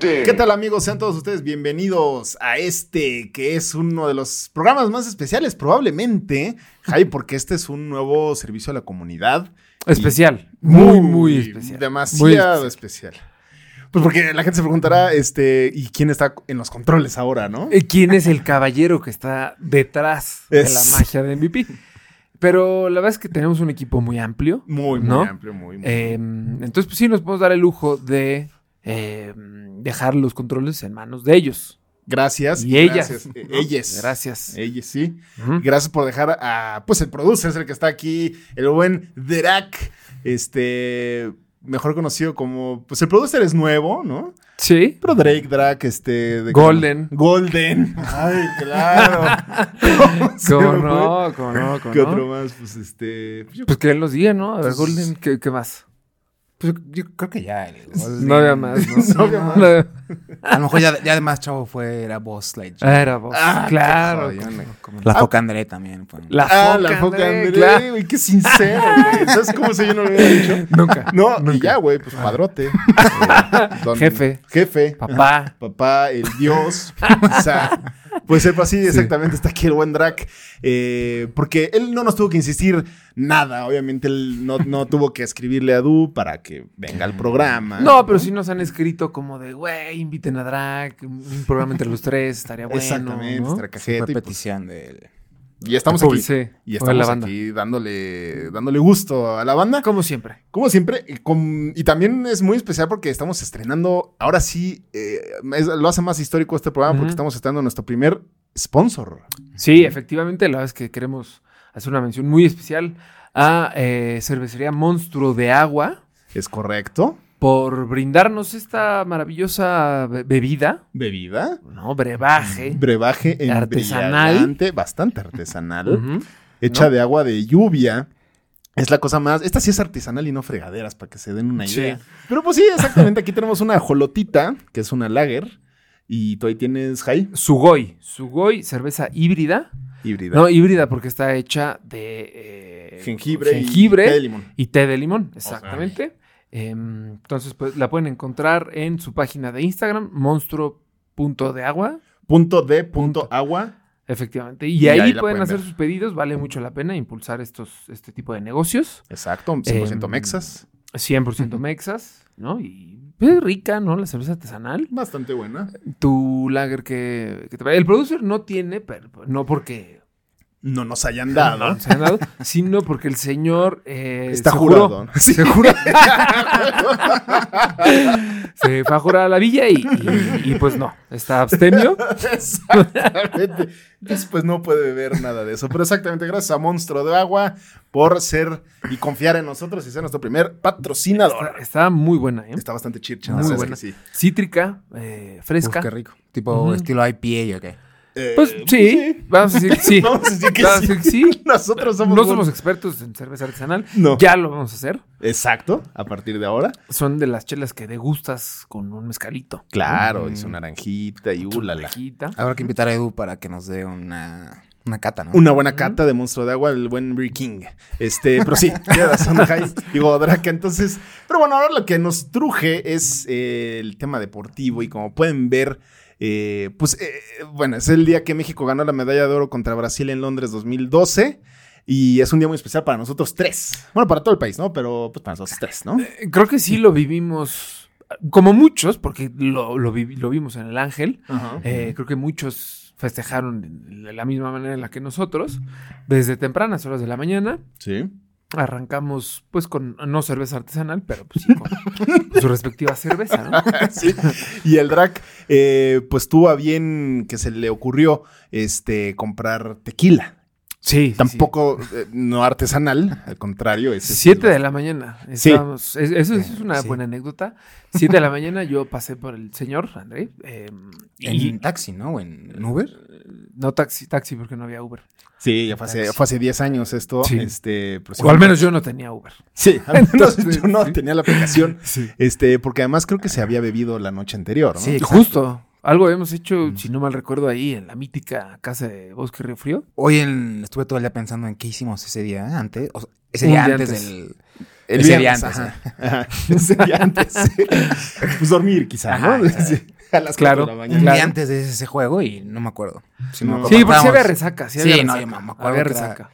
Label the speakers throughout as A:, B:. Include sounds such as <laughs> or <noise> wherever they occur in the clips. A: ding.
B: ¿Qué tal amigos? Sean todos ustedes bienvenidos a este que es uno de los programas más especiales probablemente, Jai, porque este es un nuevo servicio a la comunidad.
C: Especial. Muy, muy especial.
B: Demasiado
C: Muy especial.
B: especial. Pues porque la gente se preguntará, este, ¿y quién está en los controles ahora, no?
C: Eh, ¿Quién es el caballero que está detrás de
B: Es-
C: la magia de MVP? Pero la verdad es que tenemos un equipo muy amplio.
B: Muy, muy
C: ¿No?
B: amplio, muy, muy.
C: Eh, entonces, pues sí, nos podemos dar el lujo de eh, dejar los controles en manos de ellos.
B: gracias.
C: y ellas,
B: Gracias.
C: ¿no?
B: Eh, Ellas. Eh,
C: Gracias.
B: Ellas, sí.
C: Ujú.
B: Gracias por dejar a, pues, el producer, es el que está aquí, el buen Derac, este, mejor conocido como, pues, el producer es nuevo, ¿no?
C: Sí.
B: Pero Drake, Drac, este... de-
C: Golden.
B: Golden. Ay, <laughs> claro. se
C: ¿Cómo
B: me
C: no? ¿Cómo no? ¿Cómo
B: ¿Qué
C: no?
B: otro más? Pues, este... pues, yo-
C: Pues que él nos diga, ¿no? A ver,
B: Pues-
C: Golden, ¿qué, qué más?
D: Pues yo creo que ya. el-
C: No
B: <laughs>
C: había más, ¿no?
B: pues, No había más.
C: No había-
D: A lo mejor ya, ya además, chavo, fue la voz Lightyear.
C: Ah, era vos. claro.
B: Ay, Ana.
D: La foca André también. fue.
C: La foca,
B: Ah, la foca
C: André,
B: André,
C: claro.
B: güey, qué sincero, güey. ¿Sabes cómo se yo no lo había dicho?
C: <laughs> Nunca.
B: No, y ya, güey, pues padrote.
C: <laughs>
B: Eh, don-
C: Jefe.
B: Jefe.
C: Papá.
B: papá, el dios. o sea, pues ser así, exactamente, está aquí el buen Drac. Eh, porque él no nos tuvo que insistir nada. Obviamente, él no, no tuvo que escribirle a Du para que venga al programa.
C: No, pero sí nos han escrito como de, güey, inviten a Drac, un programa entre los tres, estaría bueno.
B: Exactamente,
C: ¿no?
B: nuestra
D: Fue
B: cajeta. Y, pues,
D: petición del.
B: y estamos
C: Uy,
B: aquí.
C: sí.
B: Y
C: O de la
B: estamos
C: banda. Ah,
B: aquí dándole, dándole gusto a la banda.
C: Como siempre.
B: Como siempre, y, con- y también es muy especial porque estamos estrenando, ahora sí, eh, es- lo hace más histórico este programa porque
C: Ujú.
B: estamos estrenando nuestro primer sponsor.
C: Sí, efectivamente, la verdad es que queremos hacer una mención muy especial a eh, Cervecería Monstruo de Agua
B: ¿Es correcto?
C: por brindarnos esta maravillosa be- bebida,
B: Bebida.
C: ¿no? Brebaje.
B: Brebaje en
C: Artesanal.
B: brillante, bastante artesanal,
C: Ujú.
B: hecha
C: ¿no?
B: de agua de lluvia. Es la cosa más. Esta sí es artesanal y no fregaderas, para que se den una
C: Sí.
B: idea. Pero pues sí, exactamente. Aquí tenemos una jolotita, que es una lager. Y tú ahí tienes high
C: Sugoi. Sugoi, cerveza híbrida.
B: híbrida.
C: No, híbrida porque está hecha de... eh,
B: jengibre,
C: jengibre
B: y té de limón.
C: Y té de limón, exactamente. Em, entonces, pues la pueden encontrar en su página de Instagram, monstruo.deagua,
B: Punto de punto agua.
C: efectivamente. Y,
B: Y
C: ahí,
B: ahí la
C: pueden
B: pueden
C: hacer
B: ver.
C: sus pedidos, vale mucho la pena impulsar estos, este tipo de negocios.
B: Exacto, 100%
C: Em,
B: mexas.
C: 100% mexas, ¿no? Y pues, es rica, ¿no? La cerveza artesanal.
B: Bastante buena.
C: Tu lager que, que te va- El producer no tiene, pero no porque
B: No nos hayan dado.
C: se han dado, sino porque el señor... eh,
B: Está
C: <laughs> se juró.
B: jurado. Se juró.
C: Se fue a jurar a la villa y, y- y, pues no, está abstemio.
B: Exactamente. Entonces, pues no puede beber nada de eso. Pero exactamente, gracias a Monstruo de Agua por ser y confiar en nosotros y ser nuestro primer
C: Está,
B: patrocinador.
C: está muy buena, ¿eh?
B: Está bastante chircha.
C: Muy
B: la verdad es
C: buena.
B: que sí.
C: Cítrica, eh, fresca.
D: Uf, qué rico. Tipo
C: Ujú.
D: estilo IPA o qué.
B: Eh,
C: Pues sí, vamos a decir que
B: <laughs>
C: sí.
B: Vamos a decir que
C: Vamos a decir
B: sí. <laughs>
C: que sí.
B: Nosotros somos.
C: No
B: buenos.
C: somos expertos en cerveza artesanal.
B: No.
C: Ya lo vamos a hacer.
B: Exacto, a partir de ahora.
C: Son de las chelas que degustas con un mezcalito.
B: Claro,
C: Mm.
B: hizo naranjita y uh, ulala.
C: Quita.
D: Habrá que invitar a Edu para que nos dé una, una cata, ¿no?
B: Una buena cata de monstruo de agua, el buen Bree King. Este, pero sí,
D: <laughs>
B: tiene razón, Jai. Digo, Draca, entonces. Pero bueno, ahora lo que nos truje es eh, el tema deportivo y como pueden ver. eh, pues eh, bueno, es el día que México ganó la medalla de oro contra Brasil en Londres 2012 y es un día muy especial para nosotros tres. Bueno, para todo el país, ¿no? Pero pues para nosotros tres, ¿no?
C: Eh, Creo que sí lo vivimos, como muchos, porque lo, lo vi- lo vimos en El Ángel.
B: Ajá.
C: Eh, creo que muchos festejaron de la misma manera en la que nosotros, desde tempranas horas de la mañana.
B: Sí.
C: Arrancamos, pues, con no cerveza artesanal, pero pues sí, <laughs> con su respectiva cerveza, ¿no?
B: <laughs> Sí. Y el Drac, eh, pues tuvo a bien que se le ocurrió este comprar tequila.
C: Sí. sí,
B: Tampoco eh, no artesanal, al contrario. Es
C: sí.
B: este,
C: Siete de la mañana.
B: Sí.
C: Estábamos- es- eso, eso es una
D: Sí.
C: buena anécdota. Siete de la mañana yo pasé por el señor, André. eh, y-
D: En taxi, ¿no? ¿O en Uber?
C: no taxi, taxi porque no había Uber.
B: Sí, ya fue hace, fue hace 10 años esto.
C: Sí.
B: Este, pero sí-
C: O al menos yo no tenía Pues Uber.
B: Sí, al menos
C: <laughs> Entonces,
B: yo no
C: sí.
B: tenía la aplicación.
C: Sí.
B: Este, porque además creo que se había bebido la noche anterior, ¿no?
D: Sí.
C: Justo. Algo habíamos hecho, si no mal recuerdo, ahí en la mítica casa de Bosque Río Frío.
D: Hoy en- estuve todo el día pensando en qué hicimos ese día antes. o sea, ese
C: Un
D: día,
C: día
D: antes,
C: antes.
D: del. ese día
B: viernes,
D: antes.
B: ajá.
D: ¿eh?
B: <laughs> Ajá, Ese día antes. sí. Pues dormir, quizá, ¿no?
D: Ajá,
B: <laughs> Sí, A las
C: Claro.
B: cuatro de la
D: Un
B: mañana.
C: Claro.
D: día antes de ese juego y no me acuerdo. Si me
B: No.
D: acuerdo,
C: Sí, porque sí
D: estábamos
C: había resaca. Sí, había
D: Sí, no,
C: resaca.
D: yo me acuerdo
C: Había
D: que era-
C: resaca.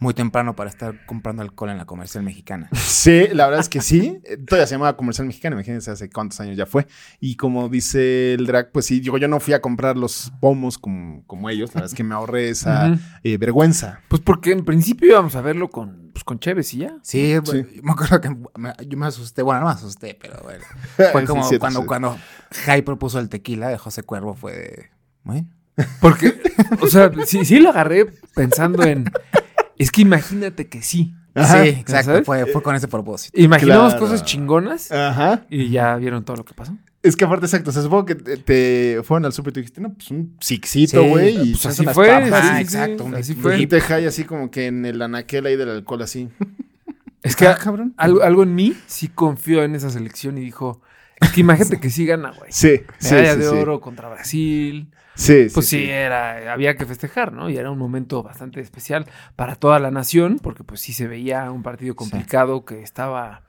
D: Muy temprano para estar comprando alcohol en la comercial mexicana.
B: Sí, la verdad es que sí. Eh, Todavía se llamaba Comercial Mexicano, imagínense hace cuántos años ya fue. Y como dice el drag, pues sí, digo, yo no fui a comprar los pomos como, como ellos. La verdad es que me ahorré esa
C: Ujú.
B: eh, vergüenza.
C: Pues porque en principio íbamos a verlo con, pues, con Chévez y ya.
D: Sí, bu- me acuerdo que me- yo me asusté. Bueno, no me asusté, pero bueno. Fue
B: Sí,
D: como
B: cierto,
D: cuando,
B: sí.
D: cuando Jai propuso el tequila de José Cuervo fue de. Bueno.
C: Porque, o sea, sí, sí lo agarré pensando en. Es que imagínate que sí.
B: Ajá.
D: sí, exacto. pues,
C: ¿sabes?
D: Fue, fue con ese propósito.
C: Imaginamos
B: Claro.
C: cosas chingonas
B: Ajá.
C: y ya vieron todo lo que pasó.
B: Es que aparte, exacto. O sea, supongo que te, te fueron al súper y tú dijiste, no, pues un sixito,
D: Sí,
B: güey. y
C: pues
B: se
C: así
B: hacen las
C: fue,
B: papas.
C: sí,
D: Ajá,
C: sí,
D: exacto. un
C: así
D: tequila.
C: fue.
B: Y te jai así como que en el anaquel ahí del alcohol así.
C: Es que
B: Ah, cabrón.
C: algo, algo en mí sí confió en esa selección y dijo: Es que imagínate que sí gana, güey.
B: Sí, sí,
C: Medalla
B: sí,
C: de
B: sí.
C: oro contra Brasil.
B: Sí,
C: Pues sí, era, había que festejar, ¿no? Y era un momento bastante especial para toda la nación, porque pues sí se veía un partido complicado que estaba,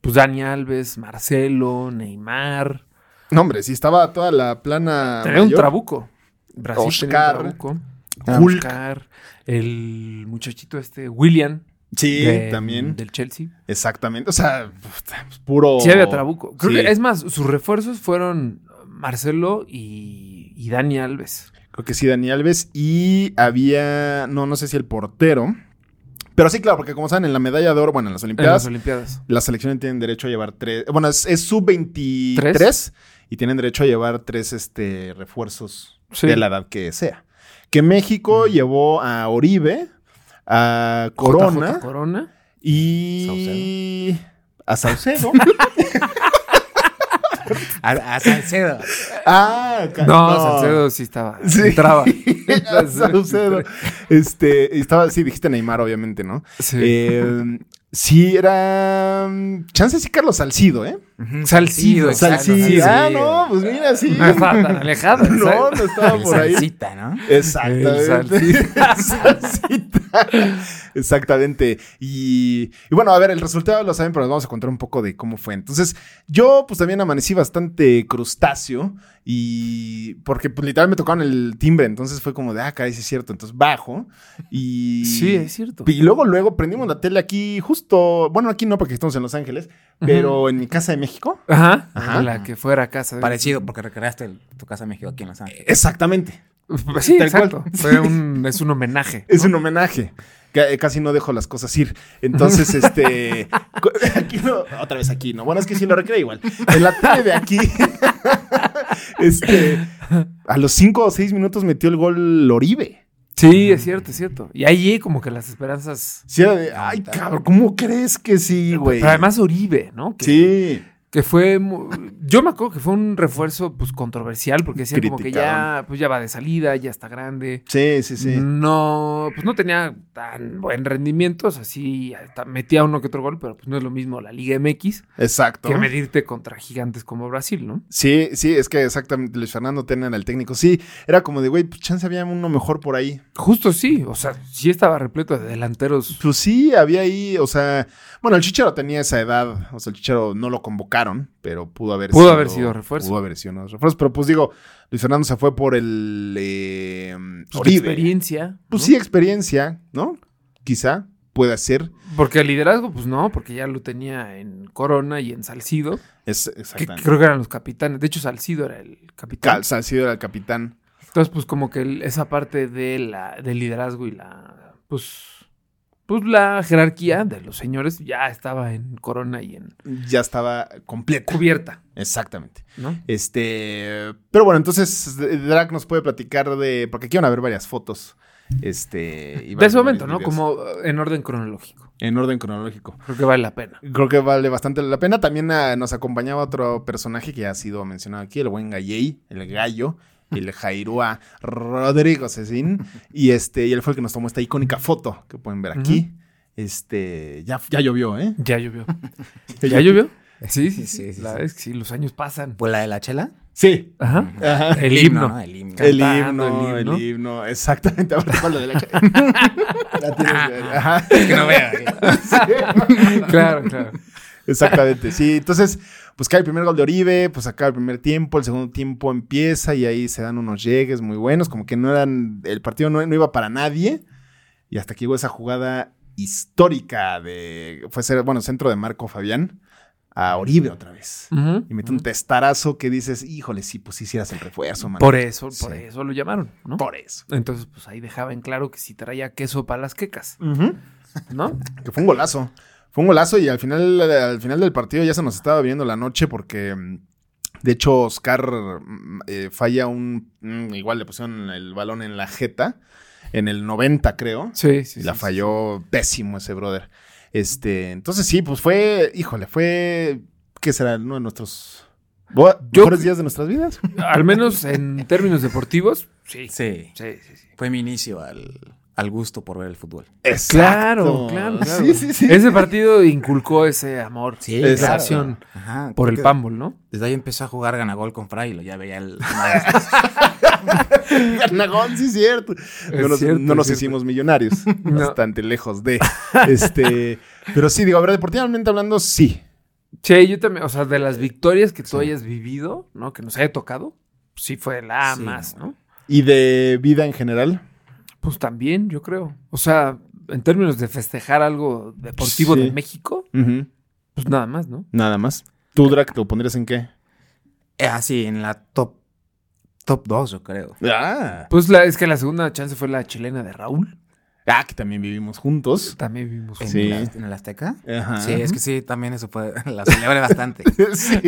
C: pues Dani Alves, Marcelo, Neymar.
B: No, hombre, sí estaba toda la plana.
C: Tenía un
B: mayor.
C: trabuco. Brasil tenía
B: Oscar.
C: un trabuco.
B: Ah,
C: Oscar, el muchachito este, William.
B: Sí,
C: de-
B: también.
C: Del Chelsea.
B: Exactamente. O sea, puta, pues, puro.
C: Sí había trabuco. Creo
B: Sí.
C: que, es más, sus refuerzos fueron Marcelo y, y Dani Alves.
B: Creo que sí, Dani Alves. Y había. No, no sé si el portero. Pero sí, claro, porque como saben, en la medalla de oro, bueno, en las
C: En las
B: Olimpiadas,
C: Olimpiadas.
B: las selecciones tienen derecho a llevar tres. Bueno, es, es sub-23
C: ¿Tres?
B: y tienen derecho a llevar tres este, refuerzos
C: Sí.
B: de la edad que sea. Que México llevó a Oribe, a Corona.
C: JJ Corona.
B: Y. A
C: <laughs>
B: Saucedo.
D: A, a Salcedo.
B: ah, ca-
C: No,
B: <laughs>
C: Salcedo sí estaba.
B: Sí.
C: Entraba.
B: A Saucedo. Este, estaba, sí, dijiste Neymar, obviamente, ¿no?
C: Sí.
B: Eh, sí, era. mm, Chance sí, Carlos Salcido, ¿eh?
D: Ujú,
C: Salcido,
D: exacto,
C: Salcido.
B: Ah, no, pues mira, sí.
C: No estaba tan alejada.
B: <laughs> No,
C: exacto.
B: no estaba
D: El
B: por ahí.
D: salsita, ¿no?
C: El
B: Exactamente. <laughs>
C: salsita.
B: Salsita. Exactamente. Y, y bueno, a ver, el resultado lo saben, pero les vamos a contar un poco de cómo fue. Entonces, yo pues también amanecí bastante crustáceo y porque pues, literal me tocaron el timbre, entonces fue como de, ah, caray, sí es cierto. Entonces bajo y...
C: Sí, es cierto.
B: Y luego, luego prendimos la tele aquí justo, bueno, aquí no porque estamos en Los Ángeles, pero en mi casa de México.
C: Ajá.
B: Ajá.
C: La que fuera a casa. de-
D: Parecido, porque recreaste el- tu casa México aquí en Los Ángeles.
B: Exactamente.
C: Pues Sí,
B: Tal cual.
C: exacto. <laughs> Fue un, es un homenaje.
B: Es un homenaje. Ca- eh, Casi no dejo las cosas ir. Entonces,
C: <laughs>
B: este. cu- <laughs> aquí no- otra vez aquí, ¿no? Bueno, es que sí lo recreé igual. En la tele de aquí. <laughs> este. A los cinco o seis minutos metió el gol Oribe.
C: Sí, es cierto, es cierto. Y ahí como que las esperanzas.
B: Sí, era de. Ay, cabrón, ¿cómo crees que sí, güey?
C: Pero además Oribe, ¿no? Que,
B: Sí.
C: que fue mu- yo me acuerdo que fue un refuerzo pues controversial porque decían como que ya pues ya va de salida, ya está grande.
B: Sí, sí, sí.
C: Mm. No, pues no tenía tan buen rendimiento, o sea, sí hasta metía uno que otro gol, pero pues no es lo mismo la Liga MX
B: Exacto.
C: que medirte contra gigantes como Brasil, ¿no?
B: Sí, sí, es que exactamente Luis Fernando Tena era el técnico. Sí, era como de, güey, pues chance había uno mejor por ahí.
C: Justo sí, o sea, sí estaba repleto de delanteros.
B: Pues sí, había ahí, o sea, bueno, el Chicharo tenía esa edad, o sea, el Chicharo no lo convocaron, pero pudo haber
C: Pudo haber sido refuerzo.
B: Pudo haber sido unos refuerzos, pero pues digo, Luis Fernando se fue por el eh,
C: Pues, de
B: Oribe.
C: experiencia.
B: Pues
C: ¿no?
B: sí, experiencia, ¿no? Quizá pueda ser.
C: Porque el liderazgo, pues no, porque ya lo tenía en Corona y en Salcido,
B: Es,
C: que
B: exactamente.
C: creo que eran los capitanes. De hecho, Salcido era el capitán.
B: Cal- Salcido era el capitán.
C: Entonces, pues como que el- esa parte de la, del liderazgo y la, pues, pues la jerarquía de los señores ya estaba en Corona y en
B: Ya estaba completo.
C: cubierta,
B: Exactamente.
C: ¿no?
B: Este. Pero bueno, entonces eh, Drac nos puede platicar de. Porque aquí van a ver varias fotos Este, y
C: De
B: van
C: ese
B: a
C: momento,
B: ver
C: ¿no?
B: videos.
C: Como eh, en orden cronológico.
B: En orden cronológico.
C: Creo que vale la pena.
B: Creo que vale bastante la pena. También ah, nos acompañaba otro personaje que ya ha sido mencionado aquí, el buen Galley, el gallo, el Jairúa Rodrigo
C: <laughs>
B: Cecín. Y este, y él fue el que nos tomó esta icónica foto que pueden ver aquí. Este, ya, ya llovió, ¿eh? <laughs>
C: Ya llovió. ¿Ya llovió? Sí, sí, sí.
D: Sí, sí,
C: la
D: sí.
C: verdad es que sí, los años pasan.
D: Pues la de la chela.
B: Sí. <laughs>
C: Ajá.
B: Ajá.
C: El himno.
D: ¿no? El himno.
B: El
C: Cantando,
B: himno,
C: el
B: el
C: himno.
B: himno, exactamente. Ahora con lo de la <laughs> La tienes que- Ajá. <laughs>
D: Que no <laughs> vea.
C: claro, claro.
B: Exactamente, sí. Entonces, pues cae el primer gol de Oribe, pues acaba el primer tiempo, el segundo tiempo empieza y ahí se dan unos llegues muy buenos, como que no eran, el partido no, no iba para nadie. Y hasta aquí llegó esa jugada histórica de, fue ser, bueno, centro de Marco Fabián a Oribe otra vez.
C: Ujú.
B: Y mete un testarazo que dices, híjole, sí, pues sí hicieras el refuerzo, man.
C: Por eso, por
B: Sí.
C: eso lo llamaron, ¿no?
B: Por eso.
C: Entonces, pues ahí dejaba en claro que si traía queso para las quecas,
B: Ujú.
C: ¿no?
B: Que fue un golazo. Fue un golazo y al final, al final del partido ya se nos estaba viendo la noche porque, mm, de hecho, Oscar mm, eh, falla un... mm, igual le pusieron el balón en la jeta, en el 90 creo.
C: Sí, sí.
B: y la
C: sí,
B: falló pésimo ese brother. Este, entonces sí, pues fue, híjole, fue, ¿qué será? Uno de nuestros bo-
C: Yo-
B: mejores días de nuestras vidas.
C: sí. Al <laughs> menos en términos deportivos, sí. Sí,
D: Sí.
C: sí, sí.
D: Fue mi inicio al, al gusto por ver el fútbol.
C: Claro,
B: Exacto. Ah,
C: claro, claro.
B: Sí, sí, sí.
C: Ese partido inculcó ese amor,
D: Sí,
C: esa
B: claro.
C: pasión
D: Ajá.
C: por
D: creo
C: el
D: que
C: pambol, ¿no?
D: Desde ahí empezó a jugar ganagol con Frailo. Ya veía el.
B: Ganagón, sí, cierto. No nos,
C: cierto,
B: no
C: es
B: nos
C: cierto.
B: hicimos
C: <laughs>
B: millonarios. Bastante lejos de. Este. pero sí, digo, a ver, deportivamente hablando, sí.
C: Che, yo también, o sea, de las victorias que tú hayas vivido, ¿no? Que nos haya tocado, sí fue la
D: Sí,
C: más, ¿no?
B: Y de vida en general.
C: Pues también, yo creo. O sea, en términos de festejar algo deportivo
B: Sí.
C: de México, pues nada más, ¿no?
B: Nada más. ¿Tú, Drac, te pondrías en qué?
D: Eh, Así, en la top. Top 2, yo creo.
B: Ah.
C: Pues la, es que la segunda chance fue la chilena de Raúl.
B: Ah, que también vivimos juntos.
C: También vimos.
B: <laughs>
D: En
B: Sí.
D: la- en el Azteca.
B: Ajá.
D: Sí, es que sí, también eso fue. <laughs> La celebré bastante.
B: <laughs> sí.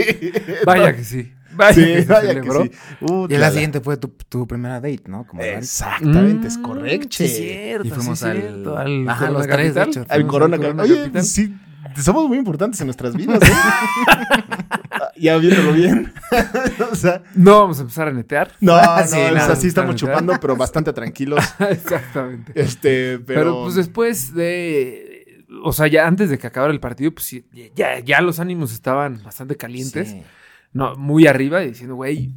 C: Vaya que sí.
B: <laughs>
C: Vaya
B: Sí,
C: que <laughs> se
B: vaya que
C: celebró.
B: sí. Uh,
D: Y la
B: chala.
D: siguiente fue tu, tu primera date, ¿no? Como de-
B: Exactamente, es
C: Mm,
B: correcto.
C: Sí, es cierto.
D: Y fuimos
C: sí, es
D: al-
C: cierto, al.
D: Ajá,
C: Corona
D: los tres, de
C: Capital.
D: hecho.
B: Al
C: Fuimos
B: Corona, Capital. Oye,
C: Capital.
B: sí, somos muy importantes en nuestras vidas, ¿eh? <laughs> ya viéndolo
C: <laughs>
B: bien. <laughs> o sea,
C: No vamos a empezar a netear. <laughs>
B: no, no,
D: Sí,
B: o
D: no,
B: sea, sí estamos
C: claramente.
B: chupando, pero bastante tranquilos.
C: <laughs> Exactamente.
B: Este,
C: Pero...
B: pero.
C: pues después de. O sea, ya antes de que acabara el partido, pues sí, ya, ya los ánimos estaban bastante calientes.
D: Sí.
C: No, muy arriba y diciendo, güey,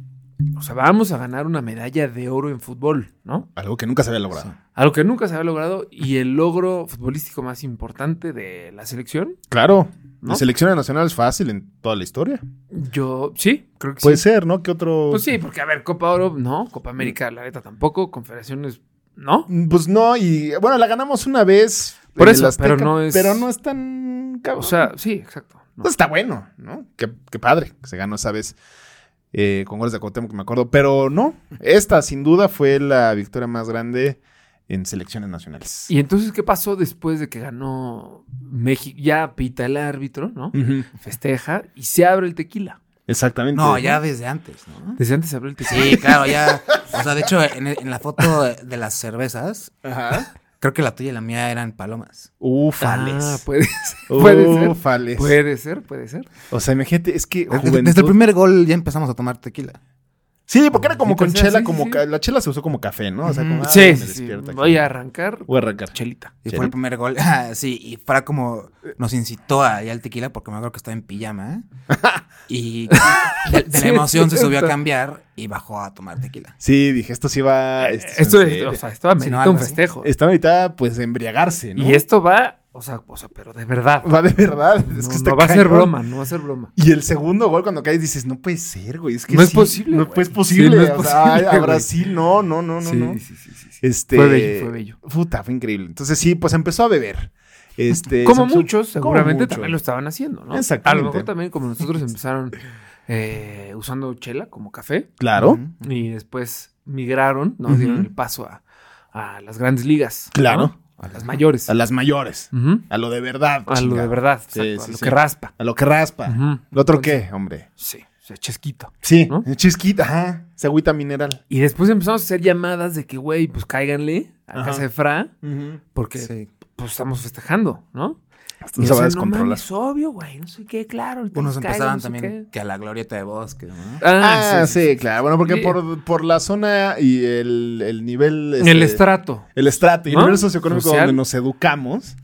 C: o sea, vamos a ganar una medalla de oro en fútbol, ¿no?
B: Algo que nunca se había logrado.
C: Algo que nunca se había logrado y el logro futbolístico más importante de la selección.
B: Claro.
C: ¿No?
B: La selección nacional es fácil en toda la historia.
C: Yo, sí, creo que
B: Puede
C: sí.
B: ser, ¿no? ¿Qué otro?
C: Pues sí, porque a ver, Copa Oro, no, Copa América, la neta tampoco, Confederaciones, no.
B: Mm, Pues no, y bueno, la ganamos una vez. en
C: Por
B: el
C: eso,
B: Azteca,
C: pero no es-
B: Pero no es tan.
C: O
B: cabrón.
C: sea, sí, exacto. no.
B: Pues está bueno, ¿no? Qué, qué padre que se ganó esa vez eh, con goles de Cuauhtémoc, que me acuerdo. Pero no, esta sin duda fue la victoria más grande en selecciones nacionales.
C: Y entonces, ¿qué pasó después de que ganó México? Ya pita el árbitro, ¿no?
B: Ujú,
C: Festeja y se abre el tequila.
B: Exactamente.
D: No, ya desde antes, ¿no?
C: Desde antes se abrió el tequila.
D: Sí, claro, ya. O sea, de hecho, en, e, en la foto de las cervezas,
B: Ajá.
D: creo que la tuya y la mía eran palomas.
B: Ufales.
C: Ah, puede ser.
B: pues,
C: Puede ser.
B: Ufales.
C: Puede ser, puede ser.
B: O sea, imagínate, es que
D: Desde,
B: juventud-
D: desde el primer gol ya empezamos a tomar tequila.
B: Sí, porque era como con
C: Entonces,
B: chela,
C: sí,
B: como
C: sí.
B: ca- la chela se usó como café, ¿no? O sea, como, ah,
C: sí,
B: me
C: sí, sí.
B: despierta aquí.
C: Voy a arrancar
B: Voy a arrancar.
C: chelita.
D: Y
B: Sí.
D: fue el primer gol. <laughs> Ah, sí, y Fra como nos incitó a ir al tequila porque me acuerdo que estaba
C: <laughs>
D: en pijama. Y de, de
C: Sí,
D: la emoción se
C: es
D: subió a
C: cierto.
D: cambiar y bajó a tomar tequila.
B: Sí, dije, esto sí va.
C: Eh, Esto
B: en
C: es,
B: serio.
C: o sea, esto amerita
D: Si no, algo
C: un
D: así.
C: festejo.
B: Estaba ahorita, pues, embriagarse, ¿no?
C: Y esto va, o sea, o sea, pero de verdad.
B: Va de verdad. Es
C: no,
B: que está
C: no va a ser
B: cañón.
C: broma, no va a ser broma.
B: Y el segundo gol cuando caes dices, no puede ser, güey. Es que
C: No es
B: sí,
C: posible,
B: No pues,
C: güey.
B: es posible.
C: Sí, no es
B: o sea,
C: posible,
B: a
C: güey.
B: Brasil, no, no, no, no,
C: sí,
B: no.
C: sí, sí, sí, sí.
B: Este,
C: Fue bello, fue bello.
B: Puta, fue increíble. Entonces sí, pues empezó a beber. Este, se
C: Como
B: empezó-
C: muchos,
B: como
C: seguramente
B: mucho.
C: también lo estaban haciendo, ¿no? A
B: Exactamente.
C: lo mejor también como nosotros empezaron eh, usando chela como café
B: Claro,
C: y después migraron, ¿no? Dieron el paso a, a las grandes ligas. ¿no?
B: Claro.
C: A las mayores.
B: a las mayores.
C: Ujú.
B: A lo de verdad.
C: A lo
B: chingada.
C: de verdad,
B: Sí,
C: exacto, a
B: sí,
C: lo
B: sí.
C: que raspa.
B: A lo que raspa.
C: Ujú.
B: ¿Lo otro qué, hombre?
C: Sí. sea, chesquito.
B: Sí,
C: ¿No?
B: chisquita, ajá, esa agüita mineral.
C: Y después empezamos a hacer llamadas de que, güey, pues cáiganle a
B: Ajá.
C: casa de Fra, porque
D: Sí.
C: pues estamos festejando, ¿no?
B: Hasta se
C: o
B: va a
C: sea, no
B: descontrolar.
C: mames, obvio, güey, no sé qué, claro. ahorita
D: Unos
C: nos
D: empezaban
C: caigan, no sé
D: también
C: qué.
D: que a la glorieta de bosque, ¿no?
C: Ah,
B: Ah,
C: sí, sí,
B: sí, claro. Bueno, porque
C: Sí.
B: por, por la zona y el, el nivel.
C: sí. El
B: este,
C: estrato.
B: El estrato y el
C: ¿No?
B: nivel socioeconómico
C: Social.
B: donde nos
C: <laughs>
B: educamos.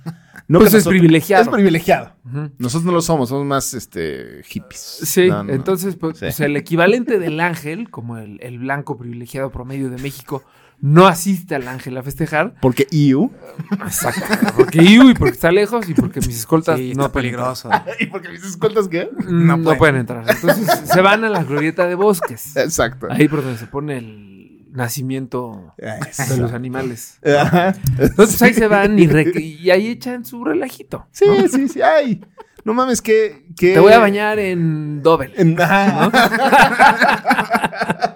B: No
C: Pues
B: que
C: es privilegiado.
B: Es privilegiado.
C: Ujú.
B: Nosotros no lo somos, somos más este, hippies.
C: Sí,
B: No, no, no.
C: entonces, pues,
B: Sí.
C: pues, el equivalente del ángel, como el, el blanco privilegiado promedio de México, no asiste al ángel a festejar.
B: Porque
C: <laughs>
B: EU.
C: Exacto. <laughs> Porque iu, y porque está lejos y porque mis escoltas
D: Sí,
C: no
D: está
C: pueden entrar. <laughs>
D: peligroso.
B: ¿Y porque me dices cuentas qué?
C: Mm, No, pueden entrar. Entonces se van a la glorieta de bosques.
B: Exacto.
C: Ahí por donde se pone el nacimiento de los animales.
B: Ajá.
C: Entonces ahí se van y, re- y ahí echan su relajito.
B: Sí, sí, sí. Ay, no mames, que. que...
C: Te voy a bañar en doble.
B: En- <laughs> Ajá.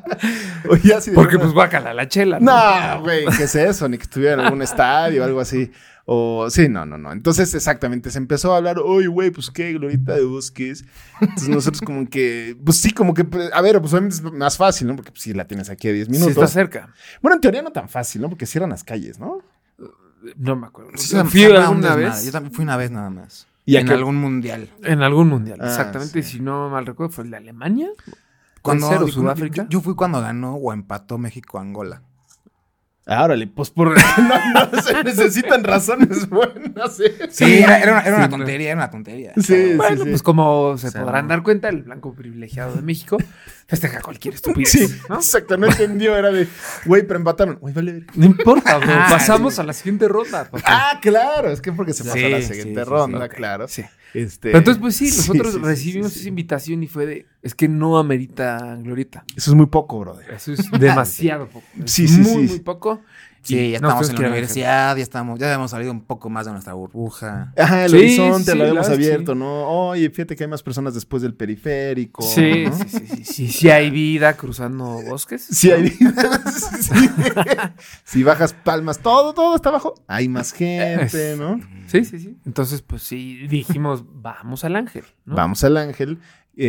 B: Oye, así de-
C: Porque pues guácala, la chela. ¿no?
B: No, güey, ¿qué es eso? Ni que estuviera en algún estadio o algo así. O sí, no, no, no. Entonces, exactamente, se empezó a hablar, oye, güey, pues qué glorita de bosques. Entonces, nosotros como que, pues sí, como que, pues, a ver, pues obviamente es más fácil, ¿no? Porque pues, si la tienes aquí a 10
C: Si está
B: minutos.
C: cerca.
B: bueno, en teoría no tan fácil, ¿no? Porque cierran las calles, ¿no? <laughs>
C: No me acuerdo.
D: Sí, se me
C: Fui
D: fue un
C: alguna
D: desmadre.
C: vez
D: Yo también fui una vez nada más.
B: ¿Y a
D: en
B: qué-
D: algún mundial.
C: en algún mundial.
B: Ah,
C: exactamente.
B: sí.
C: Si no mal recuerdo, fue el de Alemania.
D: Cuando
C: cero,
D: yo-
C: Sudáfrica?
D: Yo, yo fui cuando ganó o empató México a Angola.
B: Ah, órale, pues por... no, no, se necesitan razones buenas, ¿eh?
D: Sí, era, era una, era una
C: Sí,
D: tontería, era una tontería.
B: Sí,
C: Bueno,
B: sí, sí.
C: pues como se
D: O sea,
C: podrán
D: no.
C: dar cuenta, el blanco privilegiado de México <laughs> festeja cualquier estupidez.
B: Sí, <laughs>
C: ¿no?
B: exacto, no entendió, era de, güey, pero empataron. Güey, vale, verga.
C: No importa, bro,
D: Ah,
C: pasamos a la siguiente ronda. papá.
B: Ah, claro, es que porque se pasó a la
D: Sí,
B: siguiente
D: sí, sí,
B: ronda,
D: sí, ok.
B: claro.
C: Sí.
B: Este,
C: Pero entonces, pues sí,
B: sí,
C: nosotros
B: sí, sí,
C: recibimos
B: sí, sí.
C: esa invitación y fue de, es que no amerita Glorita.
B: Eso es muy poco, brother.
C: Eso es <laughs> demasiado poco. Es
B: Sí, sí,
C: muy,
B: sí.
C: muy poco.
D: Sí,
C: Y
D: ya
C: nos
D: estamos
C: tenemos
D: en
C: que ir
D: la
C: a
D: universidad, ya estamos, ya habíamos salido un poco más de nuestra burbuja.
B: Ajá, el
C: Sí, sí,
B: horizonte
C: sí,
B: lo habíamos
C: la verdad,
B: encierro. abierto,
C: sí.
B: ¿no? Oye, fíjate que hay más personas después del periférico.
C: Sí,
B: ¿no?
C: sí, sí, sí, sí, sí hay vida cruzando bosques.
B: Sí, hay <laughs> sí. Si bajas palmas, todo, todo está abajo. Hay más gente, ¿no?
C: Sí, sí, sí. Entonces, pues sí, dijimos, vamos al ángel. ¿no?
B: Vamos al ángel.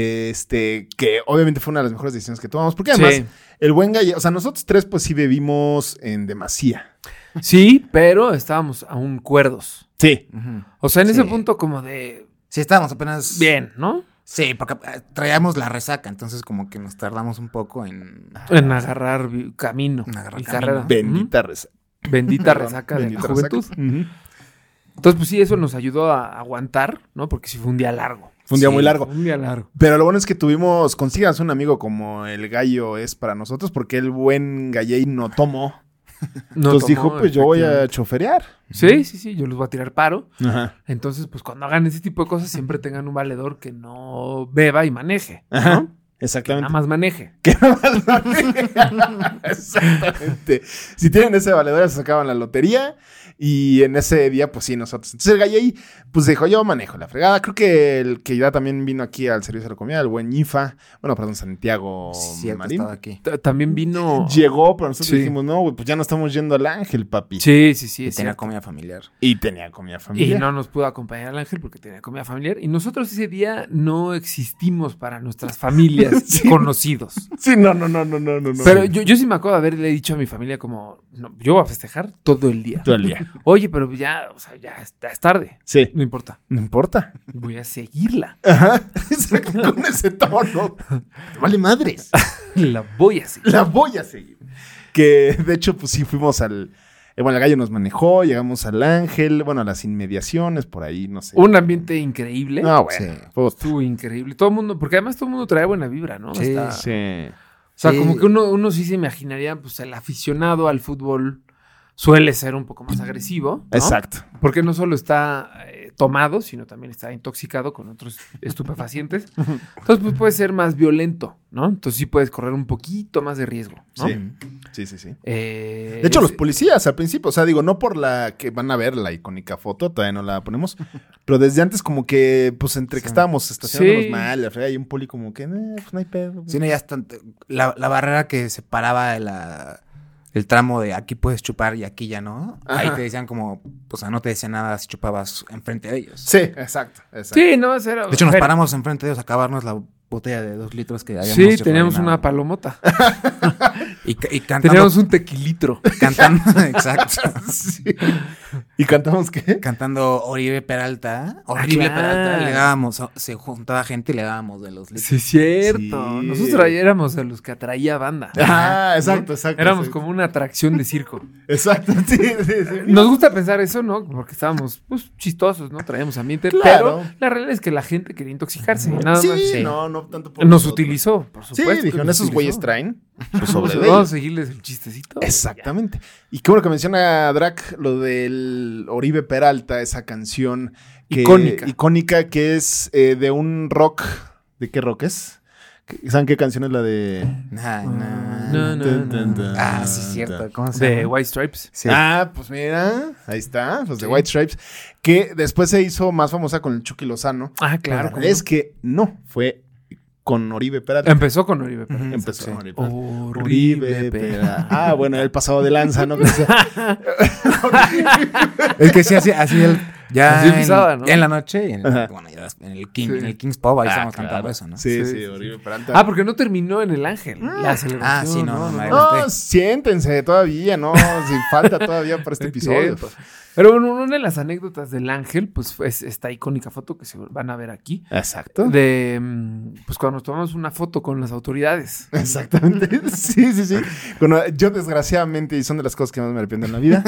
B: Este, que obviamente fue una de las mejores decisiones que tomamos. Porque
C: Sí.
B: además, el buen gallo, o sea, nosotros tres, pues sí bebimos en demasía.
C: Sí, pero estábamos aún cuerdos.
B: Sí.
D: Ujú.
C: O sea, en ese
D: Sí.
C: punto como de
D: Sí, estábamos apenas.
C: bien, ¿no?
D: Sí, porque eh, traíamos la resaca, entonces como que nos tardamos un poco en.
C: En agarrar vi- camino
D: En agarrar
C: y
D: camino.
C: carrera.
B: Bendita reza.
C: Ujú. Bendita resaca de la
B: Bendita resaca.
C: juventud.
B: Ujú.
C: Entonces, pues sí, eso nos ayudó a aguantar, ¿no? Porque sí fue un día largo.
B: Fue un día
D: Sí,
B: muy largo.
C: Un día largo.
B: Pero lo bueno es que tuvimos, consigas un amigo como el gallo es para nosotros, porque el buen galley no tomó.
C: No
B: Entonces
C: tomó,
B: dijo, pues yo voy a
C: efectivamente.
B: choferear.
C: Sí, sí, sí, yo los voy a tirar paro.
B: Ajá.
C: Entonces, pues cuando hagan ese tipo de cosas, siempre tengan un valedor que no beba y maneje.
B: Ajá.
C: Nada
B: Exactamente.
C: más maneje.
B: <laughs> Exactamente. Si tienen ese valedor, se sacaban la lotería. Y en ese día, pues sí, nosotros. Entonces el galley, pues dijo, yo manejo la fregada. Creo que el que ya también vino aquí al servicio de la comida, el buen Ifa. Bueno, perdón, Santiago
D: Sí, cierto,
B: Marín.
D: estaba aquí.
C: T- También vino.
B: Llegó, pero nosotros
C: Sí.
B: dijimos, no, güey, pues ya no estamos yendo al ángel, papi.
C: Sí, sí, sí.
D: Y
C: es
D: tenía
C: cierto.
D: comida familiar.
B: Y tenía comida
C: Y
B: familiar.
C: no nos pudo acompañar el ángel porque tenía comida familiar. Y nosotros ese día no existimos para nuestras familias y
B: <laughs> Sí.
C: conocidos.
B: Sí, no, no, no, no, no, no. no.
C: Pero yo, yo sí me acuerdo de haberle dicho a mi familia como, "No, yo voy a festejar todo el día.
B: Todo el día.
C: Oye, pero ya, o sea, ya es, ya es tarde.
B: Sí.
C: <laughs> No importa.
B: No importa.
C: Voy a seguirla.
B: Ajá. <laughs> Exacto, Con ese tono. Vale madres.
C: La voy a seguir.
B: La voy a seguir. Que de hecho, pues sí, fuimos al. eh, bueno, el gallo nos manejó, llegamos al ángel, bueno, a las inmediaciones, por ahí, no sé.
C: Un ambiente increíble.
B: No, bueno.
D: Sí.
B: pues,
C: Estuvo increíble. Todo el mundo, porque además todo el mundo trae buena vibra, ¿no?
D: Sí,
C: Está-
B: sí.
C: O sea,
D: Sí.
C: como que uno, uno sí se imaginaría, pues el aficionado al fútbol suele ser un poco más agresivo. ¿no?
B: Exacto.
C: Porque no solo está eh, tomado, sino también está intoxicado con otros estupefacientes. Entonces, pues puede ser más violento, ¿no? Entonces sí puedes correr un poquito más de riesgo, ¿no?
B: Sí. Sí, sí, sí.
C: Eh,
B: De hecho, los
C: es-
B: policías al principio, o sea, digo, no por la que van a ver la icónica foto, todavía no la
C: <laughs>
B: ponemos, pero desde antes como que, pues entre que
D: Sí.
B: estábamos estacionándonos
C: Sí.
B: mal, la fregada, y un poli como que, "Nah, pues no hay pedo.
D: Sí, no, ya están- la, la barrera que separaba la- el tramo de aquí puedes chupar y aquí ya no. Ahí
B: Ajá.
D: te decían como, o sea, no te decían nada si chupabas enfrente de ellos.
B: Sí, exacto, exacto.
C: Sí, no, será.
D: De hecho, nos
C: Pero-
D: paramos enfrente de ellos a acabarnos la botella de dos litros que habíamos
C: Sí, teníamos
D: ordenado.
C: una palomota.
D: Y, ca- y cantando.
C: Teníamos un tequilitro.
D: <laughs> Cantando, exacto. <laughs>
B: Sí. <laughs> ¿Y cantamos qué?
D: Cantando Oribe Peralta. Horrible
C: Ah, claro.
D: Peralta. Le dábamos, se juntaba gente y le dábamos de los litros.
C: Sí, es cierto.
B: Sí.
C: Nosotros éramos de los que atraía banda.
B: Ah, exacto, exacto.
C: Éramos
B: exacto.
C: pues como una atracción de circo.
B: Exacto, sí, sí,
C: <laughs>
B: sí.
C: Nos gusta pensar eso, ¿no? Porque estábamos pues, chistosos, ¿no? Traíamos ambiente.
B: Claro.
C: Pero la realidad es que la gente quería intoxicarse. Nada
B: Sí,
C: más.
B: no, no tanto por
C: Nos
B: nosotros.
C: utilizó, por
B: Sí,
C: supuesto. que
B: dijeron,
C: nos
B: esos
C: utilizó.
B: güeyes traen. Pues
C: Vamos,
B: sobre
C: a-
B: de
C: vamos a
B: ellos.
C: seguirles el chistecito.
B: Exactamente. Y qué bueno que menciona Drac lo del Oribe Peralta, esa canción que-
C: Icónica.
B: icónica que es eh, de un rock. ¿De qué rock es? ¿Qué- ¿Saben qué canción es la de.?
D: Nah, nah.
C: No, no,
B: Tan,
C: no.
B: tan, tan,
D: Ah, sí,
B: tan.
D: cierto. ¿Cómo se
C: De
D: llama?
C: White Stripes.
D: Sí.
B: Ah, pues mira, ahí está, pues de White Stripes, que después se hizo más famosa con el Chucky Lozano.
C: Ah,
B: Pero la
C: claro.
B: verdad es que no, fue con Oribe Peralta.
C: Empezó con Oribe Peralta.
B: Empezó con Oribe Peralta.
C: Horrible,
B: Peralta. Ah, bueno, el pasado de lanza, ¿no? O sea,
D: Es que sí, así, así el- ya,
C: Así
D: en,
C: empezaba, ¿no?
D: ya en la noche, y en,
B: Ajá.
D: bueno, ya en el, King-
C: Sí.
D: en el King's Pub, ahí
B: Ah,
D: estamos
B: claro.
D: cantando eso, ¿no? <laughs>
B: Sí,
C: Sí,
B: sí,
C: sí,
B: Oribe Peralta. Mm.
C: Ah, porque no terminó en el ángel. La celebración.
D: Ah, sí, no, no, no.
B: No, siéntense todavía, ¿no? Si falta todavía para este episodio.
C: Entiendo. Pero bueno, una de las anécdotas del ángel, pues fue es esta icónica foto que se van a ver aquí.
B: Exacto.
C: De mm, pues cuando nos tomamos una foto con las
B: <laughs>
C: autoridades.
B: Exactamente. Sí, sí, sí. Bueno, yo desgraciadamente, y son de las cosas que más me arrepiento en la vida,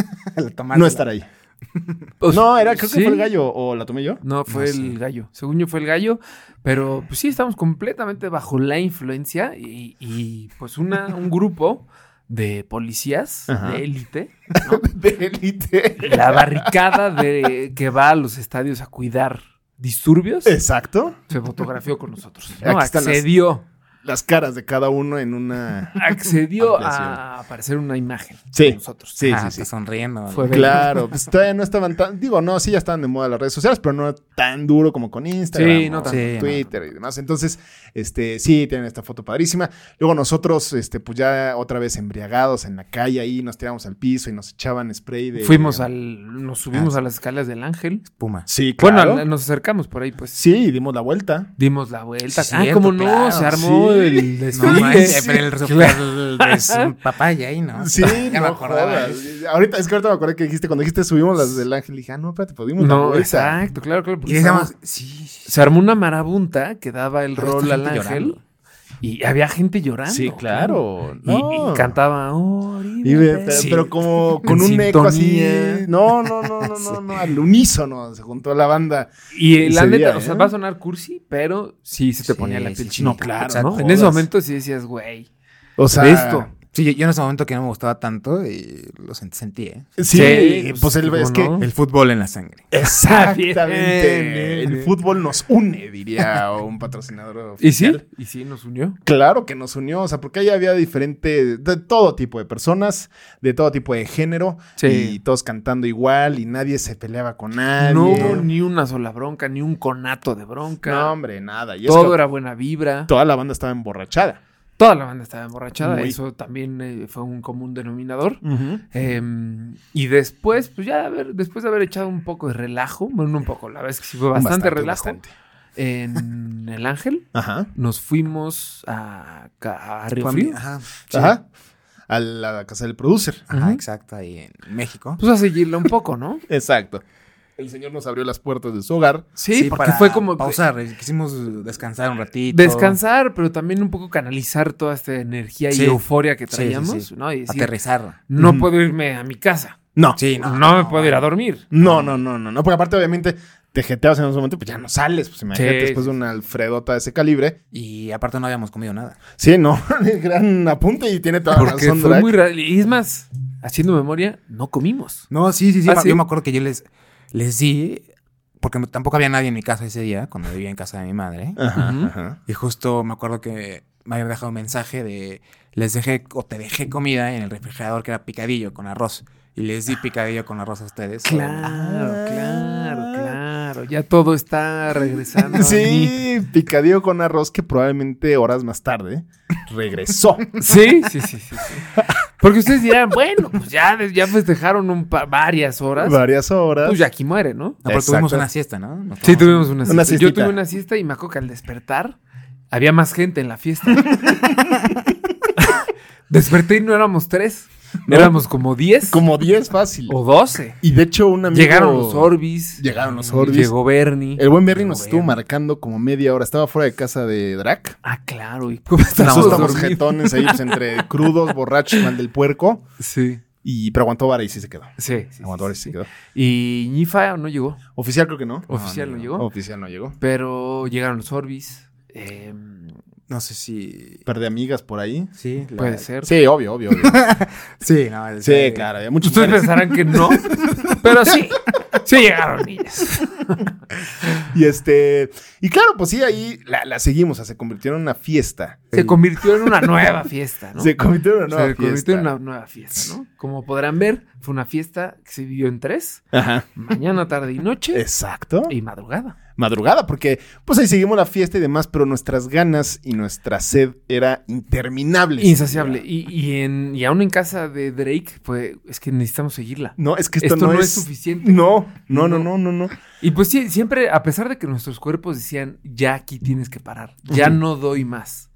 B: no estar ahí. no, era, creo que
C: Pues, sí.
B: fue el gallo, o la tomé yo.
C: No, fue
D: No
C: el gallo. Según yo fue el gallo, pero pues sí, estamos completamente bajo la influencia y, y, pues una, un grupo de policías
B: Ajá. <laughs>
C: de élite,
B: De élite.
C: la barricada de que va a los estadios a cuidar disturbios,
B: Exacto.
C: se fotografió con nosotros.
B: Aquí
C: ¿no?
B: están las-
C: Accedió,
B: Las caras de cada uno en una.
C: accedió a
B: Ampliación.
C: aparecer una imagen
B: Sí.
C: con nosotros.
B: Sí,
D: ah,
B: sí,
D: está
B: sí.
D: sonriendo.
C: Fue bello.
B: Claro, pues todavía no estaban tan. Digo, no, sí ya estaban de moda las redes sociales, pero no tan duro como con Instagram.
C: Sí, no
B: o
C: tanto.
D: Sí, no
B: Twitter y demás. Entonces, este, sí, tienen esta foto padrísima. Luego nosotros, este, pues ya otra vez embriagados en la calle ahí, nos tiramos al piso y nos echaban spray de.
C: Fuimos al, nos subimos a las escaleras del ángel.
D: Puma.
B: Sí, claro.
C: Bueno, al- nos acercamos por ahí, pues.
B: Sí, dimos la vuelta.
C: Dimos la vuelta.
D: Sí,
C: ah,
D: cierto,
C: cómo no,
D: claro,
C: se armó
B: sí.
C: el
D: No
C: desfile.
D: manches, pero el super des- papaya ahí,
C: Ah,
D: ¿no?
C: <laughs>
B: Sí,
D: <laughs> ya me
B: no
D: acordaba.
B: jodas. Ahorita, es que ahorita me acordé que dijiste, cuando dijiste subimos las del ángel, dije, ah, no, espérate, pues dimos la
C: No,
B: vuelta.
C: exacto, claro, claro. porque
D: Y decíamos,
C: estábamos-
D: sí, sí,
C: se armó una marabunta que daba el
D: Pero esta
C: rol al
D: gente
C: ángel
D: llorando.
C: y había gente llorando.
B: Sí, claro.
C: Y- Y,
B: No.
C: cantaba, "Oh, Oribe,
B: Y ve, pero,
C: Pérez".
B: pero como
C: <laughs>
B: con un eco así. ¿eh?
C: sintonía.
B: No, no, no, no, no, no, al unísono se juntó la banda.
C: Y eh,
B: y
C: la
B: se
C: neta,
B: veía,
C: o sea,
B: ¿eh?
C: va a sonar cursi, pero sí se te
D: Sí,
C: ponía la piel
D: sí, sí.
C: chinita.
D: No, claro,
C: O sea,
B: no
C: En ese
B: jodas.
C: momento sí decías, güey,
B: O sea,
C: esto.
D: Sí, yo, yo en ese momento que no me gustaba tanto y lo sen- sentí, ¿eh?
B: Sí,
C: Sí,
B: pues el,
C: pues,
B: es que
C: ¿cómo no?
D: El fútbol en la sangre.
B: exactamente
C: Bien, <laughs> bien,
B: el
C: bien.
B: fútbol nos une, diría un patrocinador
D: <laughs>
C: Y sí,
B: oficial.
C: y sí nos unió.
B: Claro que nos unió, o sea, porque ahí había diferente, de todo tipo de personas, de todo tipo de género,
C: Sí.
B: y todos cantando igual, y nadie se peleaba con nadie.
C: No hubo ni una sola bronca, ni un conato de bronca.
B: No, hombre, nada. Y es
C: Todo
B: que
C: era buena vibra.
B: Toda la banda estaba emborrachada.
C: Toda la banda estaba emborrachada.
B: Muy.
C: Eso también eh, fue un común denominador. Em, y después, pues ya de haber, después de haber echado un poco de relajo, bueno, no un poco, la verdad es que sí fue bastante, relajo
B: bastante.
C: en el Ángel,
B: Ajá.
C: nos fuimos a, ca- a Río
D: Fue a mi-
C: Frío.
D: Ajá,
B: Ajá. A la casa del producer.
D: ajá,
C: Ujú.
D: exacto, ahí en México.
C: Pues a seguirla un poco, ¿no?
B: Exacto. El señor nos abrió las puertas de su hogar.
C: Sí, porque fue como
D: Pausar, eh, quisimos descansar un ratito.
C: descansar, pero también un poco canalizar toda esta energía
D: Sí.
C: y euforia que
D: Sí, sí, sí.
C: traíamos, ¿no? Y decir,
D: Aterrizar.
C: no
B: Ujú.
C: puedo irme a mi casa,
B: No.
D: Sí,
C: no,
D: no.
C: me puedo ir a dormir.
B: No, no, no, no, no. Porque aparte, obviamente, te jeteabas en ese momento, pues ya no sales. Pues imagínate
C: Sí,
B: después de una alfredota de ese calibre.
D: Y aparte no habíamos comido nada.
B: Sí, no. <laughs> Gran apunte y tiene toda la
C: Porque
B: razón,
C: fue
B: Drake.
C: muy raro. Y es más, haciendo memoria, no comimos.
D: No, sí, sí, sí.
C: Ah,
D: ma-
C: ¿sí?
D: Yo me acuerdo que yo les, les di, porque no- tampoco había nadie en mi casa ese día, cuando vivía en casa de mi madre.
B: Ajá,
C: Ujú.
B: ajá.
D: Y justo me acuerdo que me habían dejado un mensaje de, les dejé o te dejé comida en el refrigerador que era picadillo con arroz. Y les di picadillo con arroz a ustedes.
C: Claro, claro, claro. Ya todo está regresando. ah. Sí.
B: Sí, picadillo con arroz que probablemente horas más tarde regresó.
C: sí, sí, sí, sí, sí. Porque ustedes dirán, bueno, pues ya, ya festejaron un pa- varias <laughs> horas.
B: Varias horas.
C: Pues ya aquí muere, ¿no?
D: No, pero
B: Exacto.
D: tuvimos una siesta, ¿no? Nos
C: Sí,
D: tomamos-
C: tuvimos una
B: Una
C: siesta. Yo
B: siestita.
C: tuve una siesta y me acuerdo que al despertar Había más gente en la <laughs> fiesta. Desperté y no éramos tres.
B: No.
C: Éramos como diez
B: Como 10 fácil.
C: o doce.
B: Y de hecho, un amigo.
C: Oh. Llegaron los Orbis.
B: Llegaron los Orbis.
C: Llegó Bernie.
B: El buen Berry nos
C: Llegó
B: estuvo
C: Bernie.
B: marcando como media hora. Estaba fuera de casa de Drac.
C: Ah, claro. ¿Y cómo
B: Nos
C: estábamos
B: estamos
C: dormidos?
B: jetones ahí pues,
C: <laughs>
B: entre crudos, borrachos, mal del puerco.
C: Sí.
B: Y, pero aguantó vara y sí se quedó.
C: Sí. sí,
B: aguantó
C: sí,
B: vara y sí
C: sí.
B: se quedó.
C: Y Nifa no llegó.
B: Oficial creo que no.
C: Oficial no llegó.
B: Oficial no llegó. Oh.
C: Pero llegaron los Orbis. em,
D: No sé si.
B: Perdí amigas por ahí.
D: Sí, la-
C: puede ser.
B: Sí, obvio, obvio,
C: <laughs>
B: obvio.
D: Sí, no, el-
B: Sí, claro. Había muchos
C: Ustedes
B: lugares.
C: pensarán que no. Pero sí. Sí llegaron ellas.
B: Y este. Y claro, pues sí, ahí la, la seguimos. o sea, se convirtió en una fiesta.
C: Se convirtió en una nueva fiesta, ¿no?
B: Se convirtió en una nueva
C: se convirtió
B: fiesta.
C: en una nueva fiesta, ¿no? Como podrán ver, fue una fiesta que se vivió en tres,
B: Ajá.
C: mañana, tarde y noche
B: Exacto.
C: y madrugada.
B: madrugada, porque pues ahí seguimos la fiesta y demás, pero nuestras ganas y nuestra sed era interminable.
C: Insaciable. Y, y, en, y aún en casa de Drake, pues es que necesitamos seguirla.
B: No, es que esto,
C: Esto no es suficiente.
B: No, no, no, no, no, no.
C: Y pues sí, siempre, a pesar de que nuestros cuerpos decían, ya aquí tienes que parar, ya no doy más.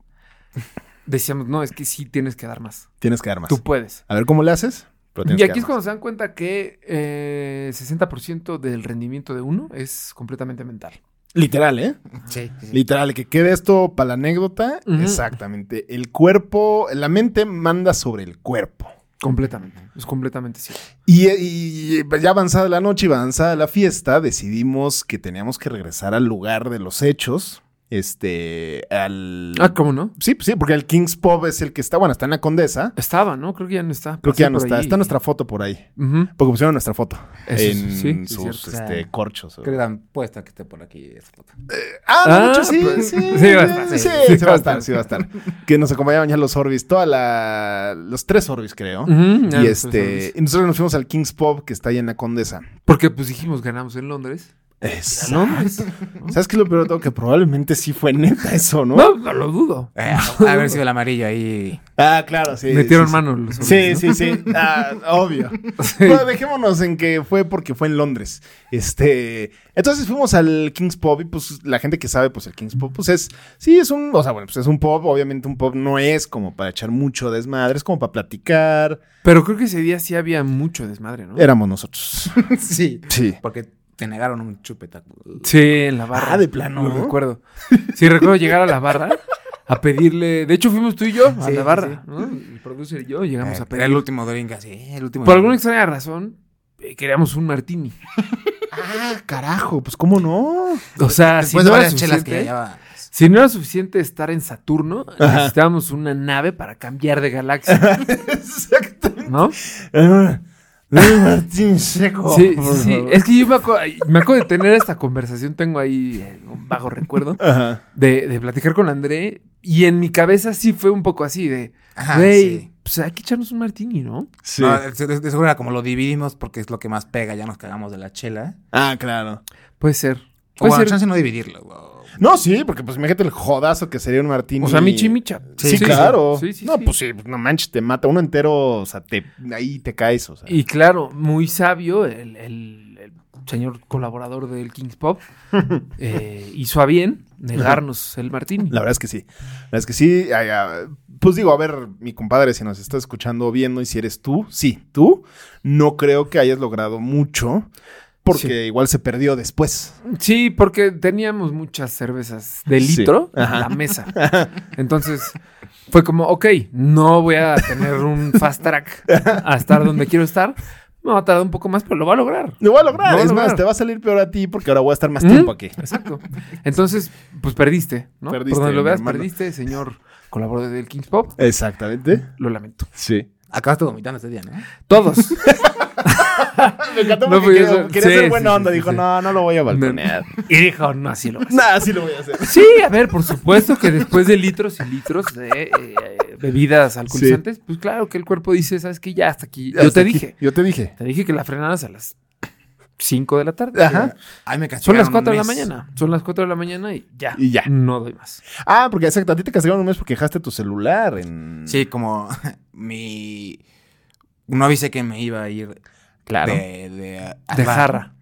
C: Decíamos, no, es que sí tienes que dar más.
B: Tienes que dar más.
C: Tú puedes.
B: A ver cómo le haces. pero tienes
C: Y
B: que
C: aquí
B: dar
C: es
B: más.
C: cuando se dan cuenta que eh, 60% del rendimiento de uno es completamente mental.
B: Literal, ¿eh?
C: Sí.
B: Literal, que quede esto para la anécdota.
C: Ujú.
B: Exactamente. El cuerpo, la mente manda sobre el cuerpo.
C: Completamente. Es completamente cierto.
B: Y, y- y ya avanzada la noche y avanzada la fiesta, decidimos que teníamos que regresar al lugar de los hechos. Este, al...
C: Ah, ¿cómo no?
B: Sí, pues sí, porque el King's Pub es el que está, bueno, está en la Condesa.
C: Estaba, ¿no? Creo que ya no está.
B: Creo
C: Pasé
B: que ya no
C: por
B: está.
C: ahí
B: Está
C: y-
B: nuestra foto por ahí.
C: Ujú.
B: Porque pusieron nuestra foto
C: Eso es-
B: en
C: sí, sí,
B: sus
C: cierto.
B: este,
D: O sea,
B: cortos.
D: Creo que han puesto que esté por aquí. esa foto.
B: Ah,
C: Ah,
B: de hecho, sí,
C: pues,
B: sí,
C: sí va a estar,
B: Sí,
C: sí,
B: sí va a estar, sí va a estar. Que nos acompañaban ya los Orbis, toda la, los tres Orbis, creo.
C: Ujú,
B: Y
C: ya no
B: este,
C: sabes.
B: y nosotros nos fuimos al King's Pub que está ahí en la Condesa.
C: Porque pues dijimos, ganamos en Londres.
B: <laughs> Es-
C: <laughs> Londres?
B: ¿Sabes qué es lo peor de todo? Que probablemente sí fue neta eso, ¿no?
C: No, no lo dudo.
D: <laughs> Eh, ha- haber sido el amarillo ahí.
B: Ah, claro, sí.
C: Metieron
B: sí, sí.
C: mano los
B: Sí,
C: hombres,
B: sí, sí. Ah, obvio. Pero dejémonos en que fue porque fue en Londres. Este. Entonces fuimos al King's Pub y pues la gente que sabe, pues el King's Pub, pues es. Sí, es un. O sea, bueno, pues es un pub. Obviamente un pub no es como para echar mucho desmadre, es como para platicar.
C: ¿no? Pero creo que ese día sí había mucho desmadre, ¿no?
B: Éramos nosotros.
D: <laughs> sí.
B: Sí.
D: Porque te negaron un chupeta.
C: Sí, en la barra.
B: Ah, de plano,
C: Lo
B: ¿no?
C: recuerdo. Sí, recuerdo llegar a la barra a pedirle. De hecho, fuimos tú y yo a
D: Sí,
C: la
D: sí,
C: barra. ¿no? El producer y yo llegamos a
D: Era Eh, el
C: pedir.
D: último drink así. eh, El último
C: Por alguna
D: drink.
C: extraña razón, eh, queríamos un martini.
B: Ah, carajo, pues cómo no.
C: O sea,
D: Después
C: si
D: de
C: no era
D: varias chelas que
C: suficiente,
D: ya llevaba.
C: si no era suficiente estar en Saturno, necesitábamos una nave para cambiar
B: <laughs>
C: de galaxia,
B: Exacto.
C: ¿no?
B: Ah, Martín Seco.
C: Sí,
B: Oh, por
C: sí, sí.
B: favor.
C: Es que yo me acuerdo, me acuerdo de tener esta conversación, tengo ahí eh, un vago recuerdo,
B: <laughs> Ajá.
C: de, de platicar con André, y en mi cabeza sí fue un poco así de,
B: Ah,
D: Ajá,
C: güey,
D: sí.
C: pues hay que echarnos un martini, ¿no?
B: Sí.
D: No, de, de- de seguro era como lo dividimos porque es lo que más pega. Ya nos cagamos de la chela.
B: Ah, claro.
C: Puede ser.
D: O
C: Puede
D: bueno,
C: ser.
D: chance no dividirlo. o-
B: No, sí, porque pues imagínate el jodazo que sería un Martín.
C: O sea, michi micha.
B: Sí, claro.
C: Sí, sí,
B: no,
C: sí.
B: pues sí, no manches, te mata. Uno entero, o sea, te, ahí te caes, o sea.
C: Y claro, muy sabio, el, el- el señor colaborador del
B: <laughs>
C: King's Pop eh, hizo a bien negarnos el Martini.
B: La verdad es que sí. La verdad es que sí. ay, ah, Pues digo, a ver, mi compadre, si nos estás escuchando o viendo y si eres tú, sí, tú, no creo que hayas logrado mucho porque
C: Sí.
B: igual se perdió después.
C: Sí, porque teníamos muchas cervezas de
B: Sí,
C: litro en la mesa.
B: <laughs>
C: Entonces fue como, ok, no voy a tener un fast track a estar donde quiero estar. Me va a tardar un poco más, pero lo va a lograr.
B: Lo voy a lograr.
C: Lo voy a
B: es
C: lograr.
B: más, te va a salir peor a ti porque ahora voy a estar más
C: ¿Mm?
B: tiempo aquí.
C: Exacto. Entonces, pues perdiste, ¿no?
B: Perdiste,
C: Por donde lo
B: mi
C: veas,
B: hermano.
C: perdiste, señor colaborador del King's Pop.
B: Exactamente.
C: Lo lamento.
B: Sí.
D: Acabaste vomitando este día, ¿no?
C: Todos.
B: Ah, Me encantó
C: No
B: porque
C: podía
B: quería,
C: ser-
B: quería
C: sí,
B: ser
C: sí,
B: buena
C: sí,
B: onda.
C: sí,
B: Dijo,
C: sí.
B: no, no lo voy a <laughs> balconear.
C: y dijo, no, así lo vas a hacer".
B: Nada, sí lo voy a hacer.
C: Sí, a ver, por supuesto que después de litros y litros de eh, bebidas alcoholizantes, pues claro que el cuerpo dice, ¿sabes qué? Ya hasta aquí. Yo
B: Hasta
C: te
B: aquí.
C: dije.
B: Yo te dije.
C: Te dije que la frenaras a las 5 de la tarde.
B: Ajá.
D: Ay, me cacharon
C: Son las
D: un
C: 4 de la
D: mes.
C: mañana. Son las 4 de la mañana y ya.
B: Y ya.
C: No doy más.
B: Ah, porque exacto, a ti te castigaron un mes porque dejaste tu celular en.
D: Sí, como <laughs> mi. No avisé que me iba a ir
B: claro.
D: de, ah, de,
C: De jarra.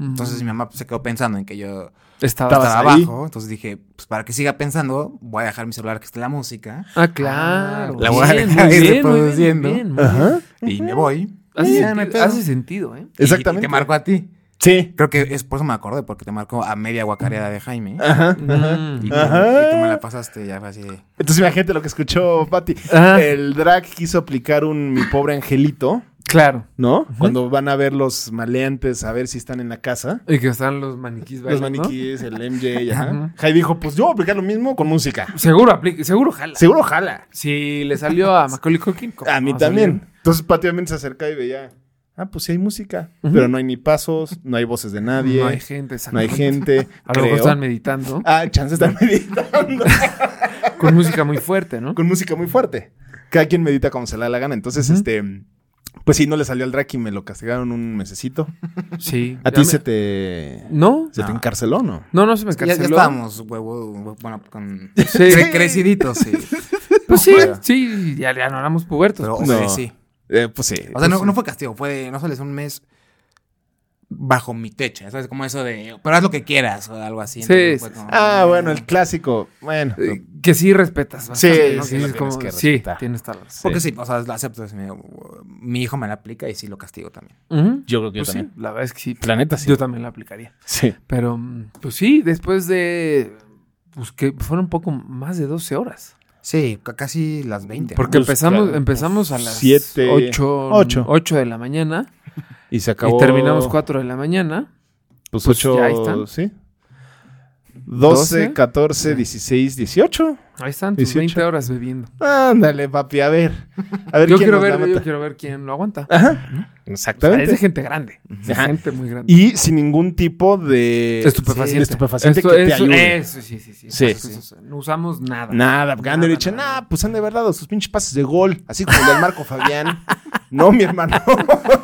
D: Entonces mi mamá pues, se quedó pensando en que yo
C: Estaba. ah,
D: estaba
B: ahí.
D: abajo. Entonces dije, pues para que siga pensando, voy a dejar mi celular que esté la música.
C: Ah, claro.
D: La voy a
C: Bien,
D: dejar
C: muy
D: ahí
C: bien, muy
D: reproduciendo.
C: bien, muy bien.
D: Y me voy.
C: Hace,
D: Y ya, no hay
C: sentido,
D: pedo.
C: hace sentido, ¿eh?
D: Y-
B: Exactamente.
D: Y te marco a ti.
B: Sí.
D: Creo que es por eso me acordé, porque te marco a media guacareada de Jaime.
B: Ah.
C: Mm.
D: Y,
B: Ajá.
D: y tú me la pasaste y ya fue así. de-
B: Entonces imagínate lo que escuchó Patty.
C: Ah.
B: El drag quiso aplicar un mi pobre angelito,
C: Claro.
B: ¿no? Cuando van a ver los maleantes a ver si están en la casa.
C: Y que están los maniquís
B: Los
C: bailando.
B: maniquíes, el MJ,
C: Ajá.
B: ajá. Jai dijo, pues yo voy a aplicar lo mismo con música.
C: Seguro aplica, seguro jala.
B: Seguro jala.
C: Si le salió a Macaulay Culkin. ¿cómo
B: A mí
C: no va
B: también.
C: salir?
B: Entonces Patty obviamente se acerca y veía, ah, pues sí hay música, pero no hay ni pasos, no hay voces de nadie,
C: No hay gente,
B: no
C: <laughs>
B: hay
C: exactamente.
B: gente,
C: A lo mejor
B: creo.
C: están meditando
B: Ah, chance
C: <laughs>
B: están meditando.
C: con música muy fuerte, ¿no?
B: con música muy fuerte. Cada quien medita como se le da la gana. Entonces, este, pues sí, no le salió al drag y me lo castigaron un mesecito.
C: Sí.
B: ¿A
C: Ya
B: ti se
C: me-
B: te,
C: No.
B: se te encarceló no?
C: No, no se me
D: Ya, ya
C: canceló.
D: estábamos, huevo, huevo- bueno, con
C: Sí.
D: cre-
B: <laughs>
D: creciditos, sí.
C: Pues sí,
D: Pero-
C: sí, ya, ya no éramos pubertos.
D: Pero
B: No.
D: sí, sí.
B: Eh, pues sí.
D: O sea, no,
B: Pues,
D: no fue castigo, fue de, no sales un mes bajo mi techo, ya ¿sabes? Como eso de, pero haz lo que quieras o algo así.
C: Sí,
D: entonces
C: sí,
D: fue como-
B: Ah, bueno, el clásico. Bueno.
C: Eh, que sí respetas bastante,
B: Sí,
C: ¿no?
B: sí,
C: Que
B: lo
C: es
B: tienes
C: como-
B: que
C: sí,
B: respetar.
C: tienes tal razón.
D: Porque sí, o sea, lo acepto. sí, me- mi hijo me la aplica y sí lo castigo también.
C: Ujú.
B: Yo creo que
C: Pues sí, la verdad es que sí.
B: La neta, sí.
C: Yo también la aplicaría.
B: Sí.
C: Pero, mm, pues sí, después de. Pues que fueron un poco más de 12 horas.
D: Sí, ca- casi las 20. ¿no?
C: Porque
B: Pues,
C: empezamos,
B: claro,
C: empezamos a las
B: siete,
C: 8,
B: ocho.
C: de la mañana
B: Y se acabó.
C: y terminamos 4 de la mañana.
B: Pues,
C: pues,
B: ocho.
C: ya ahí están.
B: Sí.
C: 12,
B: 12, 14, 16, 18.
C: Ahí están tus
B: 18.
C: 20 horas bebiendo.
B: Ándale, papi, a ver. A ver
C: yo,
B: quién
C: quiero
B: nos la
C: ver, yo
B: mata.
C: quiero ver quién lo aguanta. O sea, es de
B: Exactamente.
C: gente grande. de
B: Ajá.
C: gente muy grande.
B: Y sin ningún tipo de
C: estupefaciente.
B: estupefaciente
C: Esto-
B: que te
C: eso,
B: ayude.
C: eso, sí, sí, sí.
B: Sí.
C: Eso, eso, eso. No usamos nada.
B: Nada, Gander dice,
C: nada,
B: nah, pues han de haber dado sus pinches pases de gol, así como el del Marco
C: <laughs>
B: Fabián. No, mi hermano, <laughs>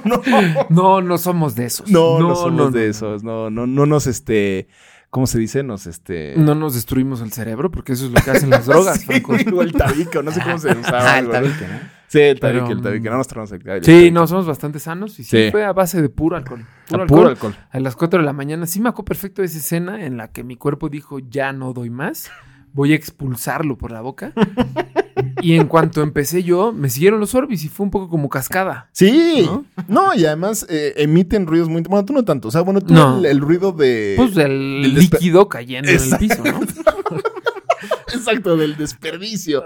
B: no.
C: No, no somos de esos.
B: No, no somos de
C: no.
B: esos, no, no, no nos, este, ¿cómo se dice? Nos, este...
C: No nos destruimos el cerebro porque eso es lo que hacen
B: <laughs>
C: las drogas,
B: Sí,
C: Franco.
B: güey, o el tabique, o no sé cómo se usaba.
D: Ah, el
B: güey.
D: tabique, ¿no?
B: Sí, el
C: Pero,
B: tabique, el tabique,
C: mm,
B: no nos traemos el cabello.
C: Sí, no, somos bastante sanos y sí,
B: Sí.
C: fue a base de puro alcohol. Puro,
B: A puro
C: alcohol,
B: alcohol.
C: A las 4 de la mañana. Sí me acuerdo perfecto de esa escena en la que mi cuerpo dijo, ya no doy más, voy a expulsarlo por la boca. y en cuanto empecé yo, me siguieron los orbis y fue un poco como cascada.
B: Sí,
C: ¿No?
B: ¿No? y además eh, emiten ruidos muy... Bueno, tú no tanto, o sea, bueno, tú
C: No.
B: el, el ruido de...
C: Pues
B: el
C: el,
B: Eh, despe-
C: líquido cayendo en el piso, ¿no?
B: <laughs> Exacto, del desperdicio.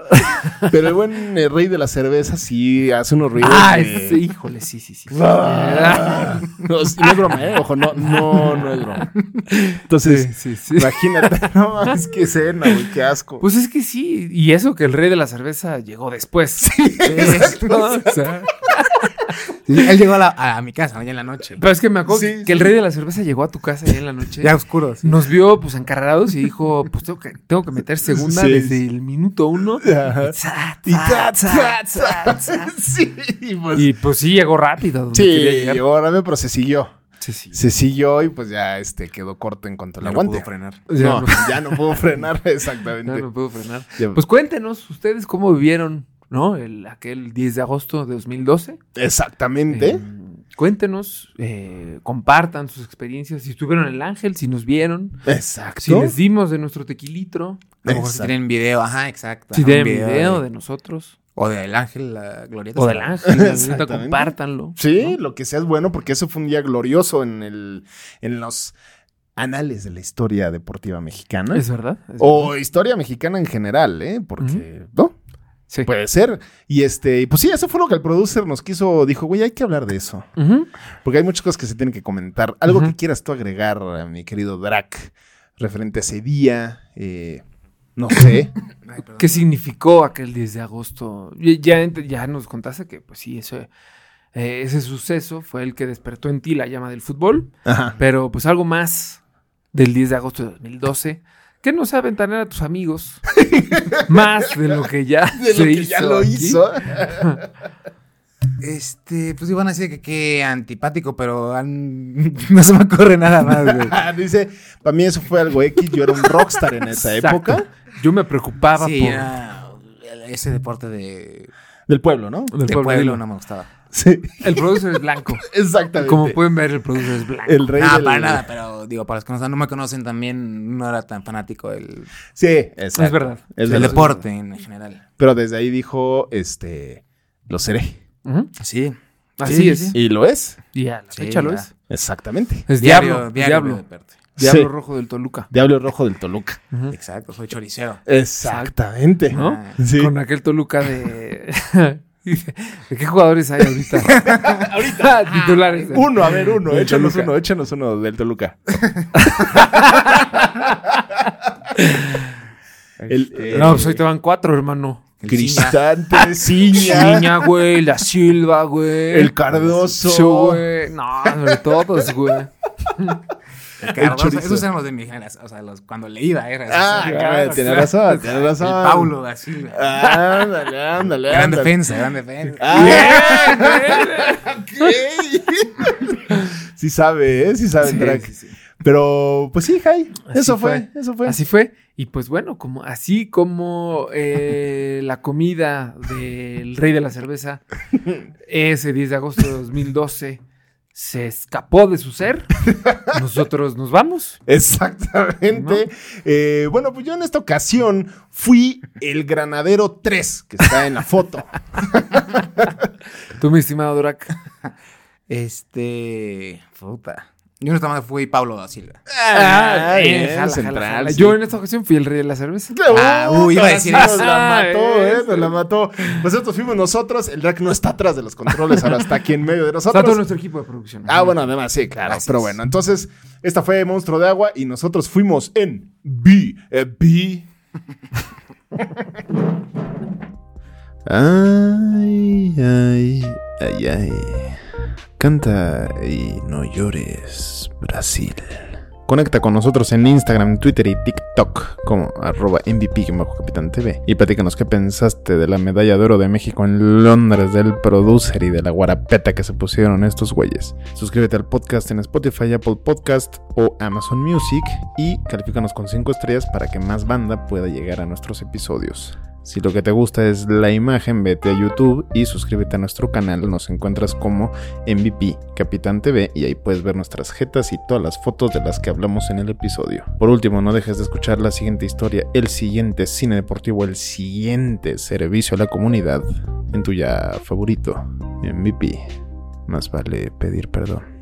B: Pero el buen eh, rey de la cerveza sí hace unos ruidos.
C: Ah,
B: de-
C: ese- híjole, sí, sí, sí.
B: Ah. No, sí, no es broma, ¿eh? Ojo, no, no, no es broma. Entonces,
C: sí, sí.
B: imagínate, <laughs> no mames, qué escena, güey, qué asco.
C: Pues es que sí, y eso que el rey de la cerveza llegó después. <laughs> ¿no? O sea,
D: Sí, él llegó a, la- a mi casa, ¿no? ya en la noche.
C: pero es que me acuerdo
B: Sí,
C: que,
B: sí.
C: el rey de la cerveza llegó a tu casa ya en la noche.
D: Ya oscuro. sí.
C: Nos vio pues encarrados y dijo, pues tengo que, tengo que meter segunda
B: Sí,
C: desde
B: sí.
C: el minuto uno.
B: <laughs> Ajá. Y ta, ta,
C: ta, ta.
B: Sí, pues.
C: Y pues sí llegó rápido. donde quería
B: sí,
C: llegar.
B: llegó ahora, pero se siguió.
C: Sí, sí.
B: Se siguió y pues ya este quedó corto en cuanto le
D: No pudo
B: aguante.
D: frenar.
C: Ya
B: No,
C: no-
B: ya no puedo frenar, <laughs> exactamente.
C: ya no puedo frenar.
B: Ya-
C: Pues cuéntenos ustedes cómo vivieron, ¿no? El, aquel 10 de agosto de 2012.
B: Exactamente.
C: Eh, cuéntenos, eh, compartan sus experiencias, si estuvieron en el ángel, si nos vieron,
B: Exacto.
C: si les dimos de nuestro tequilitro,
D: A lo mejor si
B: Exacto.
D: tienen video, ajá, exacto.
C: si
D: ajá,
C: tienen
D: un
C: video,
D: de-
C: de nosotros,
D: O del ángel, la glorieta.
C: o del <laughs> ángel, la neta,
B: Exactamente.
C: compártanlo.
B: Sí, lo que sea es bueno porque eso fue un día glorioso en el en los anales de la historia deportiva mexicana
C: Es verdad. es
B: o historia mexicana en general, ¿eh? Porque no
C: verdad. Sí.
B: puede ser. Y este, y pues sí, eso fue lo que el producer nos quiso, dijo, güey, hay que hablar de eso,
C: Ujú.
B: porque hay muchas cosas que se tienen que comentar. Algo
C: Ujú.
B: que quieras tú agregar, eh, mi querido Drac, referente a ese día, eh, no sé.
D: Ay, perdón.
C: ¿Qué significó aquel 10 de agosto? Y Ya, ent- ya nos contaste que, pues sí, eso, eh, ese suceso fue el que despertó en ti la llama del fútbol,
B: Ajá.
C: pero pues algo más del 10 de agosto de 2012. que no saben tener a
B: <laughs>
C: tus amigos? más de lo que ya
B: <laughs> De lo
C: se
B: que ya lo
C: aquí.
B: hizo.
D: Este, pues iban a decir que qué antipático, pero an- <laughs> no se me ocurre nada más, güey.
B: <laughs> Dice, para mí eso fue algo X, yo era un rockstar en esa
C: Exacto.
B: época.
C: Yo me preocupaba
D: Sí,
C: por
D: era ese deporte de,
B: Del pueblo, ¿no?
C: del
D: de
C: pueblo.
D: pueblo no me gustaba.
B: Sí,
C: El producer es blanco.
B: <laughs> exactamente. Ah,
C: Como pueden ver, el producer es blanco.
B: el rey
D: No,
B: del-
D: para nada, pero digo, para los que no, no me conocen también, no era tan fanático del,
B: Sí, exacto.
C: Es verdad.
B: Es
D: del
B: verdad.
D: deporte en general.
B: Pero desde ahí dijo, este, lo seré.
C: Ujú.
D: Sí.
C: Así
D: Sí,
C: es.
D: sí.
B: Y lo es.
C: Y a la
D: Sí,
C: fecha lo
D: ya.
C: es.
B: Exactamente.
C: Es
D: Diario,
C: Diablo.
D: diario
C: Diablo.
D: de deporte.
C: Diablo
B: Sí.
C: Rojo del Toluca.
B: Diablo Rojo del Toluca.
D: Exacto, soy choricero.
B: Exactamente.
C: ¿No?
D: Ah,
B: Sí.
C: Con aquel Toluca de. <laughs> ¿De qué jugadores hay ahorita? ahorita. <laughs> Titulares. de-
B: Uno, a ver, uno.
C: del
B: Échanos
C: Toluca.
B: uno, échanos uno del Toluca. El, eh,
C: No, pues ahorita van cuatro, hermano.
D: el Ciña.
B: Cristante, Ciña,
C: Niña, güey, la Silva, güey.
B: el Cardoso.
C: Sí, güey. No, sobre todos, güey.
D: El Cardoso,
B: chorizo.
D: Esos eran los de mi generación. O sea, los, cuando le iba era.
B: Ah,
D: así,
B: caray,
D: ah,
B: tiene
D: sí.
B: razón, tiene
D: El
B: razón.
D: Paulo, así. güey.
B: Ándale, ándale,
D: gran
B: ándale. Ah.
D: defensa, gran defensa.
B: Sí sabe, ¿eh? Sí sabe el crack.
C: Sí, sí, sí.
B: Pero, pues sí, Jai.
C: Así
B: Eso fue, eso fue.
C: Así fue. Y pues bueno, como así como eh, la comida del rey de la
B: <laughs>
C: cerveza ese 10 de agosto de 2012 se escapó de su ser, nosotros nos vamos.
B: <laughs> Exactamente. Eh, bueno, pues yo en esta ocasión fui el Granadero 3, que está en la foto.
C: Tú, mi estimado Dorak.
D: Este. Puta. Yo no estaba fui Paulo da Silva.
B: <laughs> Ah,
C: Eh,
B: bien,
C: jala, jala,
B: central,
C: jala.
B: sí.
C: Yo en esta ocasión fui el rey de la cerveza.
D: Ah,
B: <laughs>
D: uy, iba a decir
B: nos
D: eso.
B: la mató,
C: Ah,
B: eh,
C: eso.
B: nos la mató. Nosotros fuimos nosotros, el rack no está atrás de los controles, ahora está aquí en medio de
C: Está todo
B: nosotros.
C: nuestro equipo de producción.
B: Ah, bueno, además, sí, claro.
D: Gracias.
B: Pero bueno, entonces, esta fue Monstruo de Agua y nosotros fuimos en B. eh, B.
E: <laughs> Ay, ay, ay, ay. Canta y no llores, Brasil. Conecta con nosotros en Instagram, Twitter y TikTok como arroba MVP-Capitán TV y platícanos qué pensaste de la medalla de oro de México en Londres, del producer y de la guarapeta que se pusieron estos güeyes. Suscríbete al podcast en Spotify, Apple Podcast o Amazon Music y califícanos con 5 estrellas para que más banda pueda llegar a nuestros episodios. Si lo que te gusta es la imagen, vete a YouTube y suscríbete a nuestro canal. Nos encuentras como MVP Capitán TV y ahí puedes ver nuestras jetas y todas las fotos de las que hablamos en el episodio. Por último, no dejes de escuchar la siguiente historia, el siguiente cine deportivo, el siguiente servicio a la comunidad en tu ya favorito, MVP. Más vale pedir perdón.